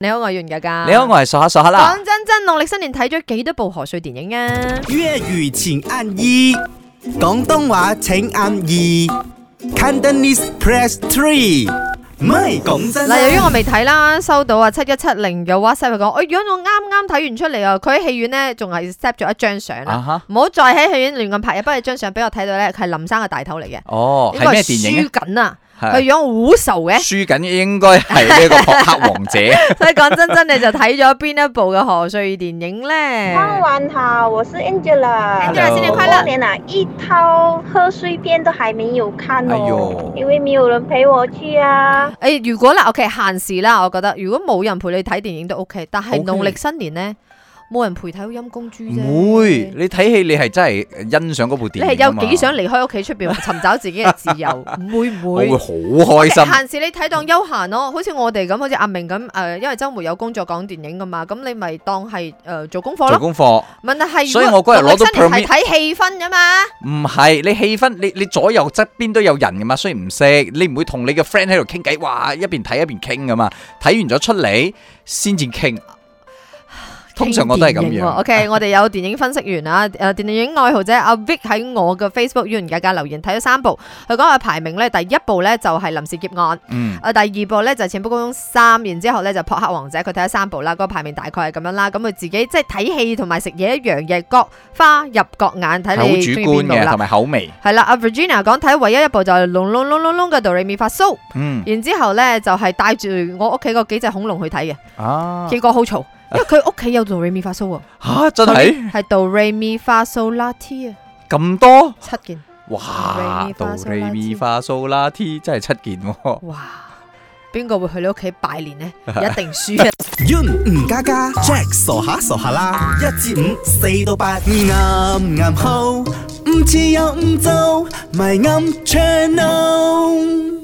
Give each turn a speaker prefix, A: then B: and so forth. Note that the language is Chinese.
A: 你好，我係袁家家。
B: 你好，。我系傻下傻下啦
A: 讲。真真，農曆新年睇咗幾多部賀歲電影啊？
C: 粤语请按一，广东话请按二，Cantonese press three。唔係講真
A: 嗱，由於
C: 啦
A: 我未睇啦，收到啊七一七零嘅 WhatsApp 佢講，哎呀，我啱啱睇完出嚟啊，佢喺戲院咧仲係 set 咗一張相
B: 啊
A: 啦，
B: 哈，
A: 唔好再喺戲院亂咁拍，不過張相俾我睇到咧，佢係林生嘅大頭嚟嘅，
B: 哦，系咩电影
A: 輸緊啊，
B: 啊？
A: 佢
B: 係
A: 樣好瘦嘅，
B: 输紧应该系 呢个扑克王者。
A: 所以講真真，你就睇咗邊一部嘅賀歲電影 咧？
D: 傍晚好，我是 Angela。
B: Angela，新年快乐
D: 我过年啊，一套贺岁片都还没有看
B: 哎
D: 哦
B: 呦，
D: 因为没有人陪我去啊。
A: 诶、如果啦，OK 限時啦，我覺得如果冇人陪你睇電影都 OK，但係
B: OK
A: 農曆新年咧，冇人陪睇好陰公豬啫。
B: 唔会，你睇戏你系真系欣赏嗰部
A: 你
B: 电
A: 係
B: 影
A: 有
B: 㗎嘛。
A: 幾想離開屋企出 边尋找自己嘅自由？唔會唔
B: 我
A: 會
B: 会好开
A: OK，
B: 心。
A: 限時你睇當休閒咯，好似我哋咁，好似阿明咁，诶、呃因為周末有工作講電影噶嘛，咁你咪當係诶做功課
B: 做
A: 咯。
B: 功課
A: 問題係，
B: 所以我嗰日攞到
A: 新年係睇氣氛噶嘛，
B: 唔係你氣氛，你你左右側邊都有人噶嘛，雖然唔識，你唔會同你嘅 friend 喺度傾偈，哇一邊睇一邊傾噶嘛，睇完咗出嚟先至傾。通常我都係咁
A: 傾電影
B: 樣
A: 喎。OK，我哋 有電影分析員啊，诶、電影愛好者阿 Vic 喺我嘅 Facebook 袁家家留言睇咗三部，佢講嘅排名咧，第一部咧就係臨時劫案》。
B: 嗯，
A: 啊，第二部咧就係《潛伏高中三》，然之後咧就《撲克王者》，佢睇咗三部啦，嗰、個排名大概係咁樣啦。咁佢自己即係睇戲同埋食嘢一樣嘅，各花入各眼，睇
B: 係好
A: 你
B: 主
A: 中意
B: 觀
A: 邊部
B: 嘅，同
A: 啦。
B: 埋口味。
A: 係啦，阿 Virginia 講睇唯一一部就係《隆隆隆隆隆》嘅《哆瑞咪發蘇》，
B: 嗯
A: 然之後咧就係帶住我屋企嗰幾隻恐龍去睇嘅，
B: 啊
A: 結果好嘈，因為佢屋企有《哆瑞咪發蘇》喎，
B: 吓真係
A: 係《哆瑞咪發蘇拉 T》啊，
B: 咁多。
A: 七件，
B: 哇！
A: 哆
B: 哆
A: 唻咪
B: 唻咪花蘇啦 T 真係七件喎。
A: 哇！邊個會去你屋企拜年呢？一定輸啊！
C: ，Yun 吳家家，Jack 傻下傻下啦，一至五，四到八，啱啱好，唔似有唔做，咪啱 channel。